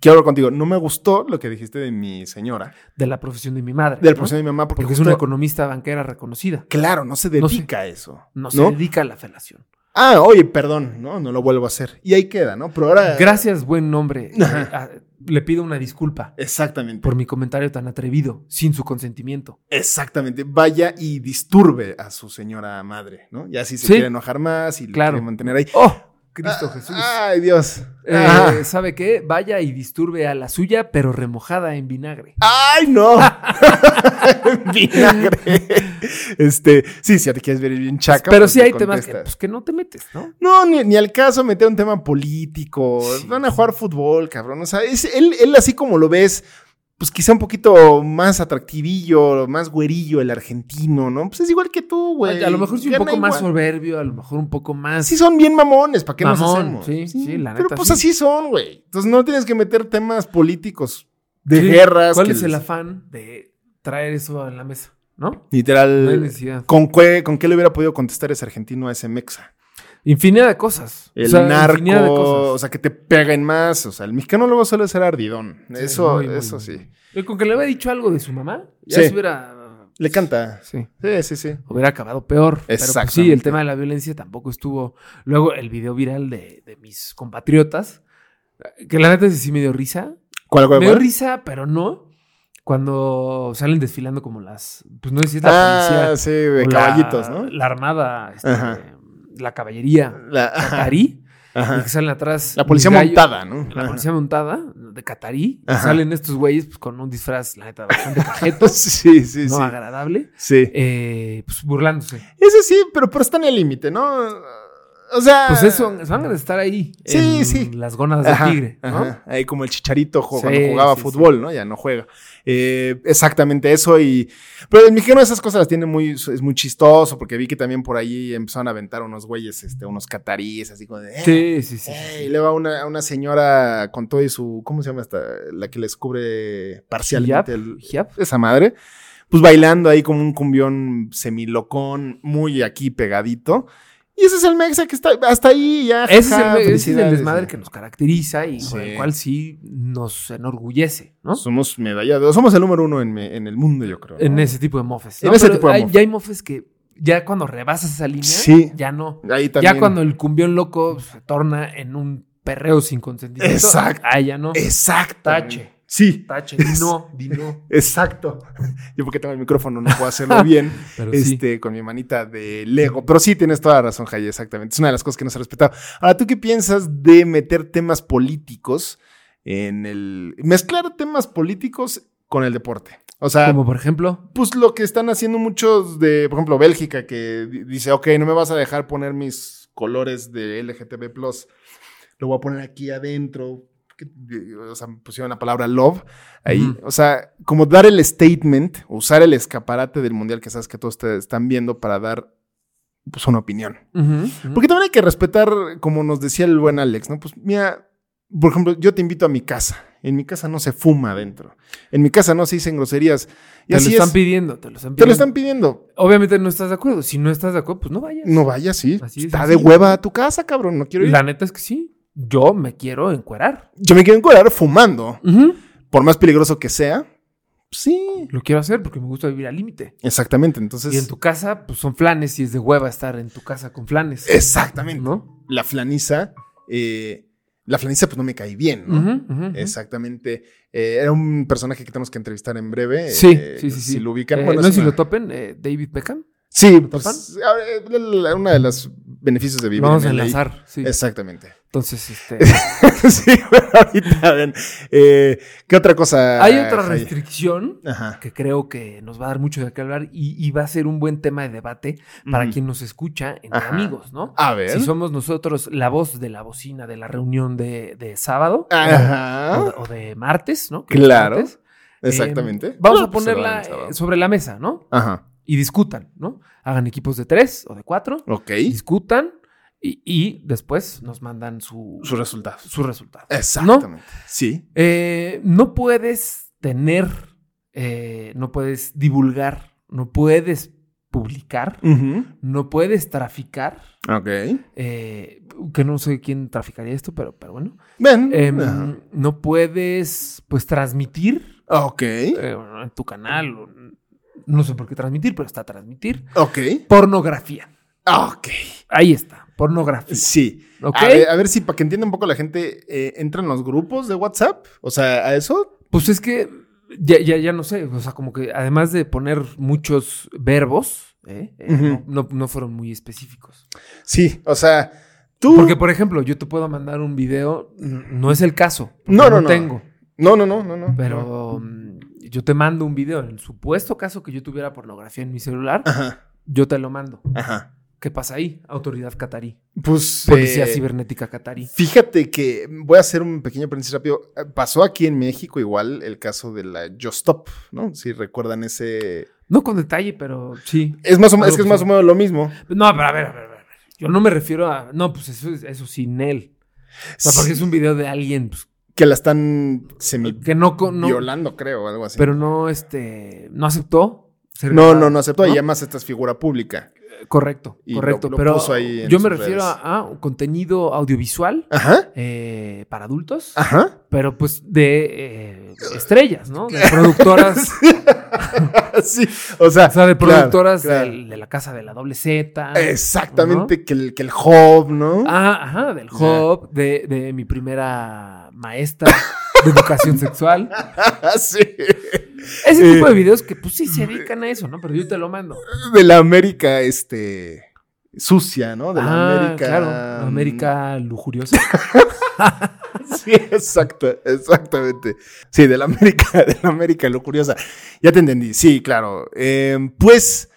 B: quiero hablar contigo. No me gustó lo que dijiste de mi señora,
C: de la profesión de mi madre.
B: de la
C: ¿no?
B: profesión de mi mamá, porque,
C: Porque es
B: justo-
C: una economista banquera reconocida.
B: Claro, no se
C: No sé.
B: dedica a eso.
C: No se dedica a la felación.
B: Ah, oye, perdón, no, no lo vuelvo a hacer. Y ahí queda, ¿no? Pero ahora.
C: Gracias, buen nombre. Eh, ah, le pido una disculpa
B: Exactamente.
C: por mi comentario tan atrevido, sin su consentimiento.
B: Exactamente. Vaya y disturbe a su señora madre, ¿no? Y así se
C: Sí.
B: quiere enojar más y
C: Claro.
B: lo quiere mantener ahí.
C: ¡Oh! Cristo
B: Ah,
C: Jesús.
B: Ay, Dios.
C: Eh,
B: Ah.
C: ¿Sabe qué? Vaya y disturbe a la suya, pero remojada en vinagre.
B: ¡Ay, no! Vinagre. Este, sí, si ya te quieres ver bien chaca.
C: pero
B: pues
C: sí
B: le
C: hay temas que,
B: contestas.
C: pues, que no te metes, ¿no?
B: No, ni, ni al caso meter un tema político. Van a jugar fútbol, cabrón. O sea, es, él, él así como lo ves, pues quizá un poquito más atractivillo, más güerillo el argentino, ¿no? Pues es igual que tú, güey.
C: a lo mejor sí un
B: Gana
C: poco más
B: igual.
C: soberbio, a lo mejor un poco más.
B: Sí son bien mamones, ¿para qué nos
C: Mamón,
B: hacemos?
C: sí, sí, la
B: Pero
C: neta,
B: pues
C: sí.
B: así son, güey. Entonces no tienes que meter temas políticos de
C: Sí.
B: guerras.
C: ¿Cuál
B: que
C: es el
B: les-
C: afán de traer eso en la mesa? ¿No? No hay
B: Literal.
C: necesidad.
B: ¿Con qué, ¿Con qué le hubiera podido contestar ese argentino a ese mexa?
C: Infinidad de cosas.
B: El
C: O sea, infinidad de
B: narco,
C: cosas.
B: o sea, que te peguen más. O sea, el mexicano luego suele ser ardidón.
C: Sí,
B: eso
C: muy, muy,
B: eso
C: muy.
B: sí.
C: Eh, Con que le hubiera dicho algo de su mamá, ya
B: Sí.
C: se hubiera.
B: Le canta.
C: Sí.
B: Sí, sí, sí.
C: Hubiera acabado peor. Pero pues, sí,
B: Exactamente.
C: el tema de la violencia tampoco estuvo. Luego el video viral de, de mis compatriotas, eh, que la neta sí, sí me dio risa.
B: ¿Cuál, cuál,
C: Me dio
B: cuál?
C: risa, pero no. Cuando salen desfilando como las. Pues no sé si es la policía.
B: Ah, sí, de
C: o la-
B: caballitos, ¿no?
C: La armada, este,
B: Ajá.
C: la caballería,
B: La, ajá,
C: catarí, y
B: ajá.
C: que salen atrás.
B: La policía
C: mis gallos-
B: montada, ¿no?
C: La policía montada de catarí. y
B: Ajá.
C: Salen estos güeyes pues, con un disfraz, la neta, bastante
B: Ajá.
C: cajeto,
B: Sí, sí,
C: no
B: sí.
C: agradable.
B: Sí.
C: eh, pues burlándose.
B: Ese sí, pero, pero está en el límite, ¿no? O sea.
C: Pues eso, van a estar ahí.
B: Ah. Sí,
C: en
B: sí.
C: Las gónadas
B: Ajá,
C: del tigre, ¿no?
B: ajá. Ahí como el chicharito jo-
C: Sí,
B: cuando jugaba
C: sí,
B: fútbol, ¿no? Ya no juega. Eh, exactamente eso. Y. Pero el mexicano esas cosas las tiene muy. Es muy chistoso. Porque vi que también por ahí empezaron a aventar unos güeyes, este, unos cataríes, así como de. eh,
C: Sí, sí, sí.
B: eh,
C: sí.
B: y luego a una, a una señora con todo y su. ¿Cómo se llama esta? La que les cubre parcialmente el.
C: Hijab.
B: Esa madre. Pues bailando ahí como un cumbión semilocón, muy aquí pegadito. Y ese es el Mexa que está hasta ahí ya.
C: Ese es, el,
B: jaja,
C: ese es el
B: felicidades,
C: desmadre
B: ¿no?
C: que nos caracteriza y con
B: Sí.
C: el cual sí nos enorgullece, ¿no?
B: Somos medallados. Somos el número uno en, me- en el mundo, yo creo. ¿no?
C: En ese tipo de mofes.
B: En
C: ¿no?
B: ese
C: Pero
B: tipo de
C: hay-
B: mofes.
C: Ya hay mofes que ya cuando rebasas esa línea,
B: Sí.
C: ya no.
B: Ahí también.
C: Ya cuando el cumbión loco se torna en un perreo sin consentimiento.
B: Exacto.
C: Ah, ya no.
B: Exacto.
C: Tache.
B: Sí.
C: Tache, di no, di no.
B: Exacto. Yo porque tengo el micrófono no puedo hacerlo bien.
C: Pero sí.
B: este, con mi manita de Lego. Pero sí tienes toda la razón, Jay, exactamente. Es una de las cosas que no se ha respetado. Ahora, ¿tú qué piensas de meter temas políticos en el. mezclar temas políticos con el deporte? O sea,
C: Como por ejemplo,
B: pues lo que están haciendo muchos de, por ejemplo, Bélgica, que di- dice, ok, no me vas a dejar poner mis colores de LGTB, lo voy a poner aquí adentro, que, eh, o sea, pusieron la palabra love ahí. O sea, como dar el statement, usar el escaparate del mundial que sabes que todos te están viendo para dar pues, una opinión.
C: Ujú, ujú.
B: Porque también hay que respetar, como nos decía el buen Alex, ¿no? Pues mira, por ejemplo, yo te invito a mi casa. En mi casa no se fuma adentro. En mi casa no se dicen groserías. Y
C: Te lo
B: así
C: están
B: es.
C: pidiendo, te lo están
B: Te
C: pidiendo.
B: lo están pidiendo.
C: Obviamente no estás de acuerdo. Si no estás de acuerdo, pues no vayas.
B: No vayas, sí.
C: Así es,
B: Está de
C: así es.
B: hueva a tu casa, cabrón. No quiero ir.
C: La neta es que sí. Yo me quiero encuerar.
B: Yo me quiero encuadrar fumando.
C: Ujú.
B: Por más peligroso que sea. Sí.
C: Lo quiero hacer porque me gusta vivir al límite.
B: Exactamente. Entonces.
C: Y en tu casa, pues son flanes y es de hueva estar en tu casa con flanes.
B: Exactamente.
C: ¿No?
B: La flaniza. eh, la flaniza, pues no me caí bien, ¿no?
C: Ujú, ujú, ujú.
B: Exactamente. Eh, era un personaje que tenemos que entrevistar en breve.
C: Sí,
B: eh,
C: sí, sí, sí.
B: Si lo ubican.
C: Eh,
B: Bueno,
C: no
B: es
C: sé si
B: una-
C: lo topen, eh, David Beckham.
B: Sí,
C: ¿Lo
B: pues,
C: topan?
B: a ver, la- la- una de los beneficios de vivir.
C: Lo vamos a
B: en LA.
C: enlazar. Sí.
B: Exactamente.
C: Entonces, este.
B: sí, pero ahorita ven. Eh, ¿Qué otra cosa?
C: Hay otra
B: Jai?
C: restricción
B: Ajá.
C: que creo que nos va a dar mucho de qué hablar y, y va a ser un buen tema de debate para
B: Ujú.
C: quien nos escucha entre
B: Ajá.
C: amigos, ¿no?
B: A ver.
C: Si somos nosotros la voz de la bocina de la reunión de, de sábado
B: Ajá. Em,
C: o, de, o de martes, ¿no? Que
B: Claro.
C: es martes, eh,
B: Exactamente.
C: vamos
B: Claro,
C: a
B: pues, se lo
C: ponerla
B: dan el sábado.
C: eh, sobre la mesa, ¿no?
B: Ajá.
C: Y discutan, ¿no? Hagan equipos de tres o de cuatro,
B: Ok.
C: discutan y, y después nos mandan su,
B: Sus resultados.
C: su resultado.
B: Exactamente. Sí.
C: Eh, no puedes tener, eh, no puedes divulgar, no puedes publicar,
B: Ujú.
C: no puedes traficar.
B: Ok.
C: eh, que no sé quién traficaría esto, pero, pero bueno.
B: Ven.
C: Em,
B: Ajá.
C: no puedes, pues, transmitir
B: ok.
C: eh, en tu canal. o no sé por qué transmitir, pero está transmitir.
B: Ok.
C: Pornografía.
B: Ok.
C: Ahí está, pornografía.
B: Sí.
C: ¿Ok?
B: A, ver, a ver si para que entienda un poco la gente, eh, entran los grupos de WhatsApp. O sea, a eso.
C: Pues es que ya, ya, ya no sé, o sea, como que además de poner muchos verbos, ¿eh? Eh,
B: Ujú.
C: no, no- no fueron muy específicos.
B: Sí. O sea, tú.
C: Porque, por ejemplo, yo te puedo mandar un video, n- no es el caso. porque
B: No, no, no.
C: tengo,
B: No, no, no, no, no.
C: pero mm, yo te mando un video. En el supuesto caso que yo tuviera pornografía en mi celular,
B: Ajá.
C: yo te lo mando.
B: Ajá.
C: ¿Qué pasa ahí? Autoridad catarí.
B: Pues.
C: Policía
B: eh,
C: cibernética catarí.
B: Fíjate que voy a hacer un pequeño paréntesis rápido. Pasó aquí en México igual el caso de la Yo Stop, ¿no? Si recuerdan ese.
C: No con detalle, pero sí.
B: Es más o menos, es que es más o menos lo mismo.
C: No, pero a ver, a ver, a ver. Yo no me refiero a. No, pues eso, es- eso sin él. O sea, porque es un video de alguien pues,
B: Que la están semi
C: que no, con- no-
B: violando, creo, o algo así.
C: pero no, este, no aceptó. ser
B: no,
C: grabado,
B: no, no aceptó. Y además esta es figura pública.
C: Correcto,
B: Y lo-
C: correcto.
B: lo
C: pero
B: puso ahí en
C: yo me
B: sus
C: refiero
B: redes. Ah.
C: a, a contenido audiovisual
B: Ajá.
C: eh, para adultos,
B: Ajá.
C: pero pues de eh, estrellas, ¿no? De productoras,
B: sí. O sea.
C: o sea, de
B: claro,
C: productoras
B: claro.
C: del- de la casa de la doble Z.
B: Exactamente, que el, que el Job, ¿no?
C: Ah, ajá, del Hop, de, de mi primera maestra de educación sexual.
B: Ah, sí.
C: Ese
B: Eh, mm.
C: tipo de videos que pues sí se dedican a eso, ¿no? Pero yo te lo mando.
B: De la América, este. Sucia, ¿no? De la
C: Ah,
B: América. mm.
C: Claro, América lujuriosa.
B: Sí, exacto, exactamente. Sí, de la América, de la América, lo curiosa. Ya te entendí, sí, claro. Eh, pues,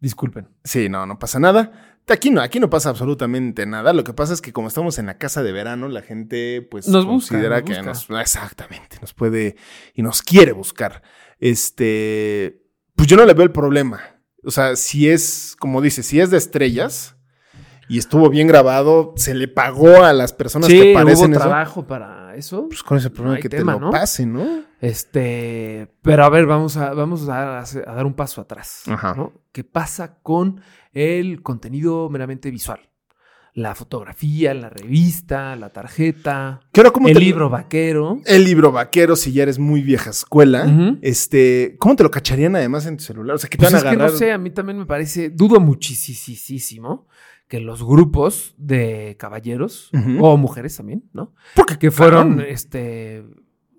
C: Disculpen.
B: sí, no, no pasa nada. Aquí no, aquí no pasa absolutamente nada. Lo que pasa es que como estamos en la casa de verano, la gente pues
C: Nos busca,
B: considera
C: nos
B: que
C: busca.
B: nos exactamente nos puede y nos quiere buscar. Este, pues yo no le veo el problema. O sea, si es como dice, si es de estrellas y estuvo bien grabado, se le pagó a las personas que
C: Sí, hubo
B: parecen eso.
C: trabajo para eso.
B: Pues con ese
C: No
B: problema
C: hay
B: que
C: tema,
B: te lo
C: ¿no?
B: pase, ¿no?
C: Este, pero a ver, vamos a, vamos a, hacer- a dar un paso atrás.
B: Ajá.
C: ¿no? ¿Qué pasa con el contenido meramente visual? La fotografía, la revista, la tarjeta,
B: ¿Qué hora, cómo
C: el
B: te-
C: libro vaquero.
B: El libro vaquero, si ya eres muy vieja escuela.
C: Ujú.
B: Este, ¿cómo te lo cacharían además en tu celular? O sea, que te
C: Pues
B: van
C: es
B: a agarrar.
C: que no sé, a mí también me parece, dudo muchísimo que los grupos de caballeros
B: Ujú.
C: o mujeres también, ¿no?
B: Porque
C: Que fueron,
B: Claro.
C: este,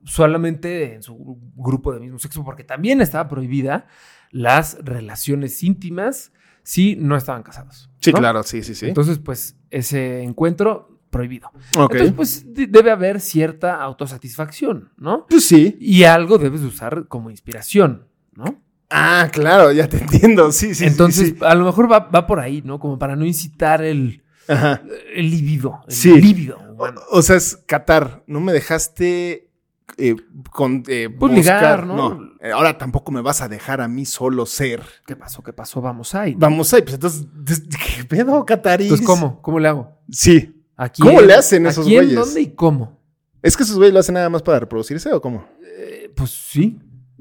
C: solamente en su gru- grupo de mismo sexo, porque también estaba prohibida las relaciones íntimas si no estaban casados.
B: Sí,
C: ¿no?
B: claro, sí, sí, sí.
C: Entonces, pues, ese encuentro prohibido.
B: ok.
C: Entonces, pues, de- debe haber cierta autosatisfacción, ¿no?
B: pues sí.
C: Y algo debes de usar como inspiración, ¿no?
B: Ah, claro, ya te entiendo. Sí, sí. sí,
C: Entonces,
B: sí.
C: a lo mejor va, va por ahí, ¿no? Como para no incitar el,
B: Ajá.
C: el líbido. El
B: Sí.
C: líbido. humano.
B: O sea, es Qatar. No me dejaste eh, con, eh,
C: Pues ligar, ¿no?
B: Eh, Ahora tampoco me vas a dejar a mí solo ser.
C: ¿Qué pasó? ¿Qué pasó? Vamos ahí. ¿no?
B: Vamos ahí, pues entonces, ¿qué pedo, Qataris?
C: Entonces, Pues, ¿cómo? ¿Cómo le hago?
B: Sí.
C: ¿A
B: ¿Cómo
C: quién?
B: le hacen
C: ¿A
B: esos
C: quién,
B: güeyes?
C: dónde y cómo?
B: ¿Es que esos güeyes lo hacen nada más para reproducirse o cómo?
C: Eh, pues sí.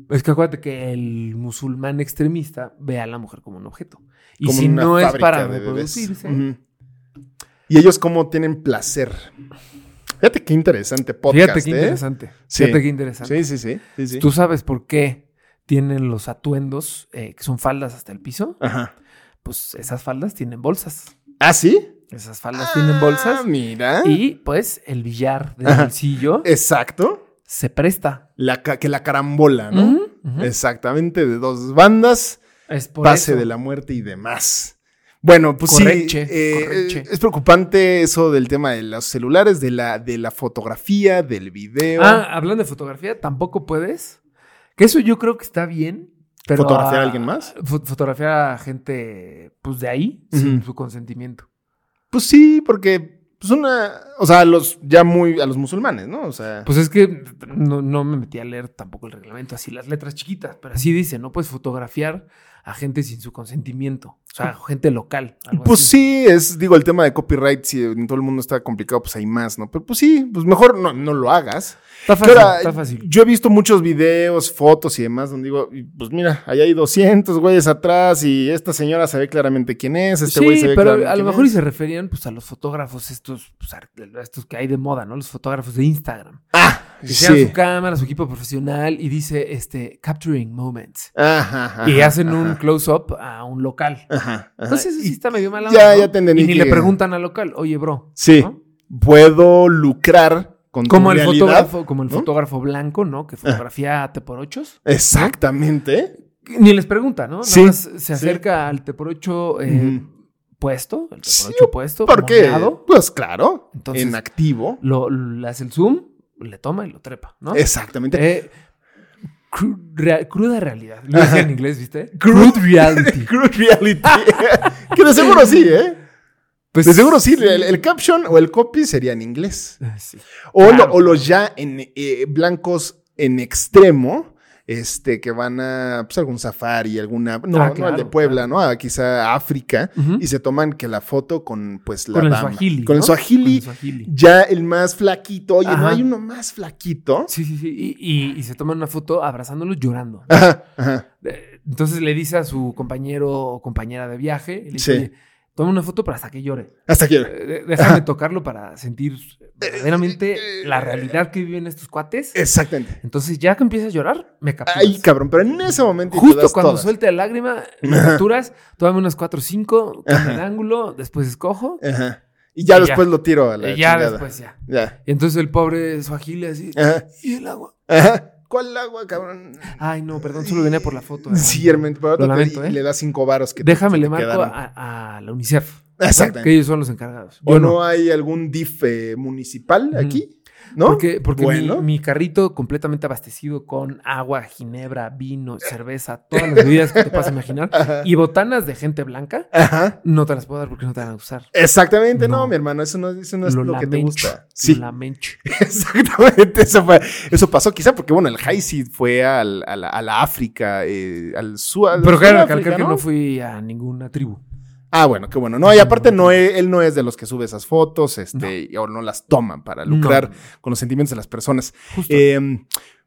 C: Es que acuérdate que el musulmán extremista ve a la mujer como un objeto. Y
B: Como
C: si
B: una
C: no es
B: fábrica
C: para
B: de bebés.
C: reproducirse,
B: Ujú. ¿Y ellos cómo tienen placer? Fíjate qué interesante podcast,
C: Fíjate qué
B: ¿eh?
C: interesante.
B: Sí.
C: Fíjate qué interesante.
B: Sí, sí, sí. sí, sí.
C: ¿Tú sabes por qué tienen los atuendos eh, que son faldas hasta el piso?
B: Ajá.
C: Pues esas faldas tienen bolsas.
B: ¿Ah, sí?
C: Esas faldas tienen bolsas.
B: Ah, mira.
C: Y pues el billar del
B: Ajá. Eh,
C: bolsillo
B: Exacto.
C: se presta.
B: La ca- que la carambola, ¿no?
C: Ujú, ujú.
B: Exactamente, de dos bandas,
C: Es por
B: pase
C: eso.
B: de la muerte y demás. Bueno, pues
C: Correche,
B: sí, eh,
C: correche.
B: es preocupante eso del tema de los celulares, de la, de la fotografía, del video.
C: Ah, hablando de fotografía, tampoco puedes. Que eso yo creo que está bien. Pero
B: ¿Fotografiar a alguien más?
C: fo- fotografiar a gente, pues de ahí, sin
B: Ujú.
C: su consentimiento.
B: Pues sí, porque pues una, o sea, a los ya muy a los musulmanes, ¿no? O sea,
C: Pues es que no, no me metí a leer tampoco el reglamento, así las letras chiquitas, pero así dice, no puedes fotografiar a gente sin su consentimiento, o sea, gente local. algo
B: Ah. pues
C: así.
B: sí, es digo el tema de copyright si en todo el mundo está complicado, pues hay más, ¿no? Pero pues sí, pues mejor no, no lo hagas.
C: Está
B: Que
C: fácil,
B: ahora,
C: está fácil.
B: Yo he visto muchos videos, fotos y demás donde digo, y, pues mira, ahí hay 200 güeyes atrás y esta señora se ve claramente quién es, este güey
C: sí,
B: se ve
C: pero
B: claramente
C: a lo
B: quién
C: mejor y
B: es.
C: se referían pues a los fotógrafos estos, pues, ar- estos que hay de moda, ¿no? Los fotógrafos de Instagram. Que hicieron
B: Ah, Sí.
C: su cámara, su equipo profesional y dice, este, capturing moments.
B: Ajá, ajá,
C: y hacen
B: ajá,
C: un close-up a un local.
B: Ajá, ajá.
C: Entonces eso sí
B: Y-
C: está medio mal.
B: ya- ya te entendí
C: Y ni
B: que-
C: le preguntan al local, oye, bro.
B: Sí.
C: ¿no?
B: Puedo lucrar con tu
C: Como el
B: realidad.
C: fotógrafo, como el
B: ¿no? Ah.
C: fotógrafo blanco, ¿no? Que fotografía te por ochos.
B: Exactamente.
C: Ni les pregunta, ¿no? Nada
B: Sí,
C: más se
B: sí.
C: acerca al te por ocho eh,
B: Ujú.
C: puesto, el te
B: Sí,
C: por ocho puesto,
B: ¿Por qué?
C: moneado,
B: Pues claro,
C: Entonces-
B: en activo.
C: lo, le hace el zoom, le toma y lo trepa, ¿no?
B: Exactamente.
C: Eh, cru- rea- cruda realidad. Lo dije en inglés, ¿viste?
B: Crude-
C: Crude reality. Ah,
B: Crude reality. que de seguro sí, ¿eh?
C: Pues
B: de seguro sí, El, el caption o el copy sería en inglés.
C: Ah, sí.
B: O,
C: Claro.
B: lo- o los ya en eh, blancos en extremo, este, que van a pues, algún safari, alguna, no,
C: Ah,
B: no
C: claro,
B: al de Puebla, ¿no? A quizá África,
C: Ujú.
B: y se toman que la foto con pues la
C: Con el
B: dama.
C: swahili.
B: Con el
C: ¿no?
B: swahili,
C: Con el swahili.
B: ya el más flaquito. Oye, no
C: Ajá.
B: hay uno más flaquito.
C: Sí, sí, sí. Y, y- y se toman una foto abrazándolos llorando.
B: Ajá, ajá.
C: Eh, Entonces le dice a su compañero o compañera de viaje, y le dice,
B: Sí.
C: "Oye, toma una foto para hasta que llore.
B: Hasta aquí.
C: Eh, de- Déjame tocarlo para
B: Eh,
C: sentir verdaderamente la realidad que viven estos cuates.
B: Exactamente.
C: Entonces ya que empieza a llorar, me capturas.
B: eh. Ay, cabrón, pero en ese momento. y te
C: Justo
B: das
C: cuando
B: todas.
C: suelte la lágrima, me
B: Ajá.
C: capturas, tómame unas 4 o 5 con
B: Ajá.
C: el ángulo, después escojo
B: Ajá. Y ya
C: Y ya.
B: después lo tiro Eh, a la
C: y ya
B: chingada. Eh.
C: después ya.
B: Ya.
C: Y entonces el pobre Suajile así,
B: Ajá.
C: y el agua.
B: Ajá. ¿Cuál agua, cabrón?
C: Ay, no, perdón, solo venía por la foto. hermano.
B: Sí, hermano, pero
C: Lo
B: ahora te-
C: lamento,
B: y
C: ¿eh?
B: le da cinco varos que te-
C: Déjame
B: que
C: le
B: te
C: marco
B: quedaron.
C: a, a la UNICEF.
B: Exactamente.
C: Que ellos son los encargados.
B: ¿O
C: Yo
B: no. hay algún DIF eh, municipal
C: Ujú.
B: aquí? ¿No?
C: Porque, porque mi-
B: bueno,
C: mi, carrito completamente abastecido con agua, ginebra, vino, cerveza, todas las bebidas que te puedas imaginar y botanas de gente blanca,
B: Ajá.
C: no te las puedo dar porque no te van a usar.
B: Exactamente, no,
C: No.
B: mi hermano, eso no, eso no es lo, que te
C: lamento,
B: gusta.
C: lo
B: Sí,
C: lamento.
B: exactamente, eso fue, eso pasó quizá porque, bueno, el high seed fue al, a, la, a la África, eh, al sur.
C: Pero quiero recalcar que no fui a ninguna tribu.
B: Ah, bueno, qué bueno. No, y aparte no, eh, él no es de los que sube esas fotos, este, y- o no las toman para lucrar
C: No.
B: con los sentimientos de las personas.
C: Justo.
B: Eh,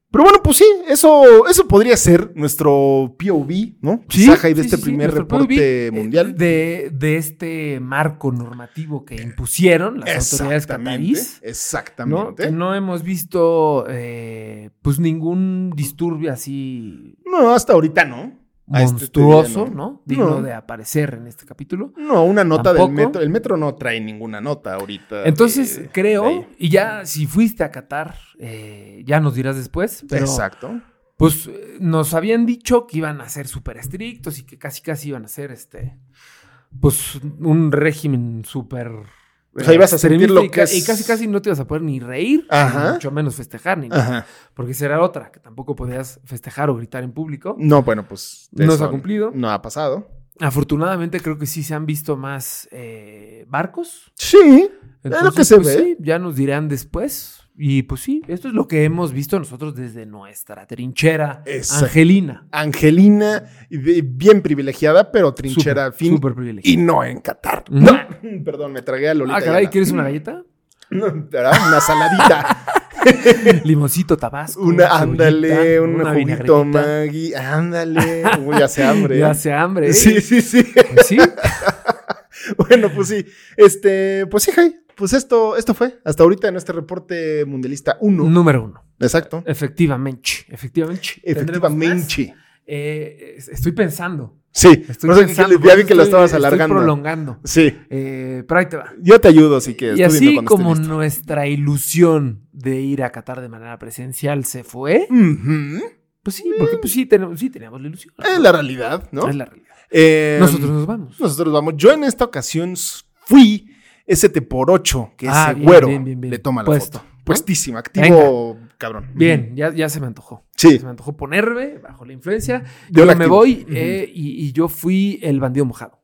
B: pero bueno, pues sí, eso, eso podría ser nuestro POV, ¿no?
C: Sí,
B: Saja, y de
C: sí,
B: este
C: sí, sí,
B: primer
C: nuestro
B: reporte
C: POV, eh,
B: mundial. Eh,
C: De, de este marco normativo que impusieron las autoridades catarís. ¿no?
B: Exactamente.
C: Que
B: ¿no?
C: no hemos visto eh, pues ningún disturbio así
B: hasta ahorita no. A este
C: monstruoso,
B: te diría,
C: ¿no? Digno
B: No.
C: de aparecer en este capítulo.
B: No, una nota
C: Tampoco.
B: del metro. El metro no trae ninguna nota ahorita.
C: Entonces,
B: eh, de
C: creo,
B: ahí.
C: y ya si fuiste a Qatar, eh, ya nos dirás después, pero
B: Exacto.
C: pues eh, nos habían dicho que iban a ser súper estrictos y que casi casi iban a ser este, pues un régimen súper...
B: O sea, ibas a sentir lo
C: extremista y ca-
B: que es-
C: Y casi casi no te ibas a poder ni reír,
B: Ajá.
C: ni mucho menos festejar, ni nada.
B: Ajá.
C: Porque será otra, que tampoco podías festejar o gritar en público.
B: No, bueno, pues.
C: No se
B: eso
C: ha cumplido.
B: No ha pasado.
C: Afortunadamente creo que sí se han visto más eh, barcos.
B: Sí. lo que se
C: pues,
B: ve.
C: sí, ya nos dirán después. Y pues sí, esto es lo que hemos visto nosotros desde nuestra trinchera
B: Exacto.
C: angelina.
B: Angelina, y de- bien privilegiada, pero trinchera al fin.
C: Súper
B: Y
C: privilegiada.
B: no en Qatar.
C: Ujú.
B: No. Perdón, me tragué a Lolita.
C: Ah, caray,
B: Ayala.
C: ¿quieres una galleta?
B: No, ¿verdad? Una saladita.
C: Limoncito tabasco.
B: una,
C: cebollita,
B: ándale, un
C: una
B: juguito
C: vinagretita.
B: Maggi. Ándale. Uy, hace hambre.
C: Ya hace hambre. ¿eh?
B: Sí, sí, sí.
C: Pues sí.
B: Bueno, pues sí. Este, pues sí, Jai. Pues esto, esto fue hasta ahorita en este reporte mundialista 1.
C: Número uno.
B: Exacto.
C: Efectivamente. Efectivamente. Eh, Tendremos más.
B: Efectivamente.
C: Eh, es- estoy pensando.
B: Sí.
C: Estoy
B: no sé qué-
C: pensando,
B: ya
C: por
B: vi
C: eso
B: que lo
C: estoy-
B: estabas alargando.
C: Estoy prolongando.
B: Sí.
C: Eh, pero ahí te va.
B: Yo te ayudo si quieres.
C: Y
B: Tú dime
C: así
B: cuando estés
C: como
B: listo.
C: nuestra ilusión de ir a Qatar de manera presencial se fue,
B: Ujú.
C: pues sí, porque pues sí, tenemos, sí teníamos la ilusión.
B: Es la realidad, ¿no?
C: Es la realidad.
B: Eh,
C: Nosotros nos vamos.
B: Nosotros vamos. Yo en esta ocasión s- fui ese T por 8 que
C: Ah,
B: ese
C: bien,
B: güero
C: bien, bien, bien.
B: le toma la
C: Puesto,
B: foto.
C: ¿no?
B: Puestísima, activo, cabrón.
C: Bien, ya, ya se me antojó.
B: Sí.
C: Se me antojó ponerme bajo la influencia.
B: Yo
C: Yo
B: la
C: me
B: activo.
C: voy
B: Ujú.
C: eh, y, y yo fui el bandido mojado.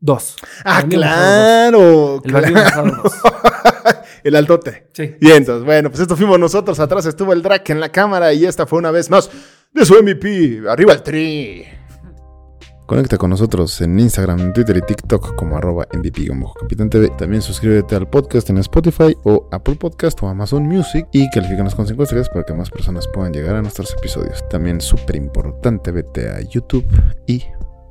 C: Dos.
B: Ah,
C: Bandido mojado
B: claro.
C: dos. El bandido
B: claro.
C: mojado dos.
B: El altote.
C: Sí.
B: Y entonces, bueno, pues esto fuimos nosotros. Atrás estuvo el Drac en la cámara y esta fue una vez más de su MVP. Arriba el tri.
D: Conecta con nosotros en Instagram, Twitter y TikTok como arroba MVP-Capitán TV. También suscríbete al podcast en Spotify o Apple Podcast o Amazon Music y califícanos con 5 estrellas para que más personas puedan llegar a nuestros episodios. También súper importante, vete a YouTube y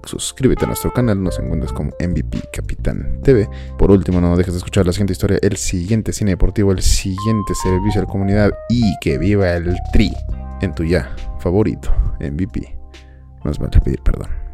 D: suscríbete a nuestro canal, nos encuentras como MVP Capitán TV. Por último, no dejes de escuchar la siguiente historia, el siguiente cine deportivo, el siguiente servicio a la comunidad y que viva el tri en tu ya favorito MVP. Nos vale pedir perdón.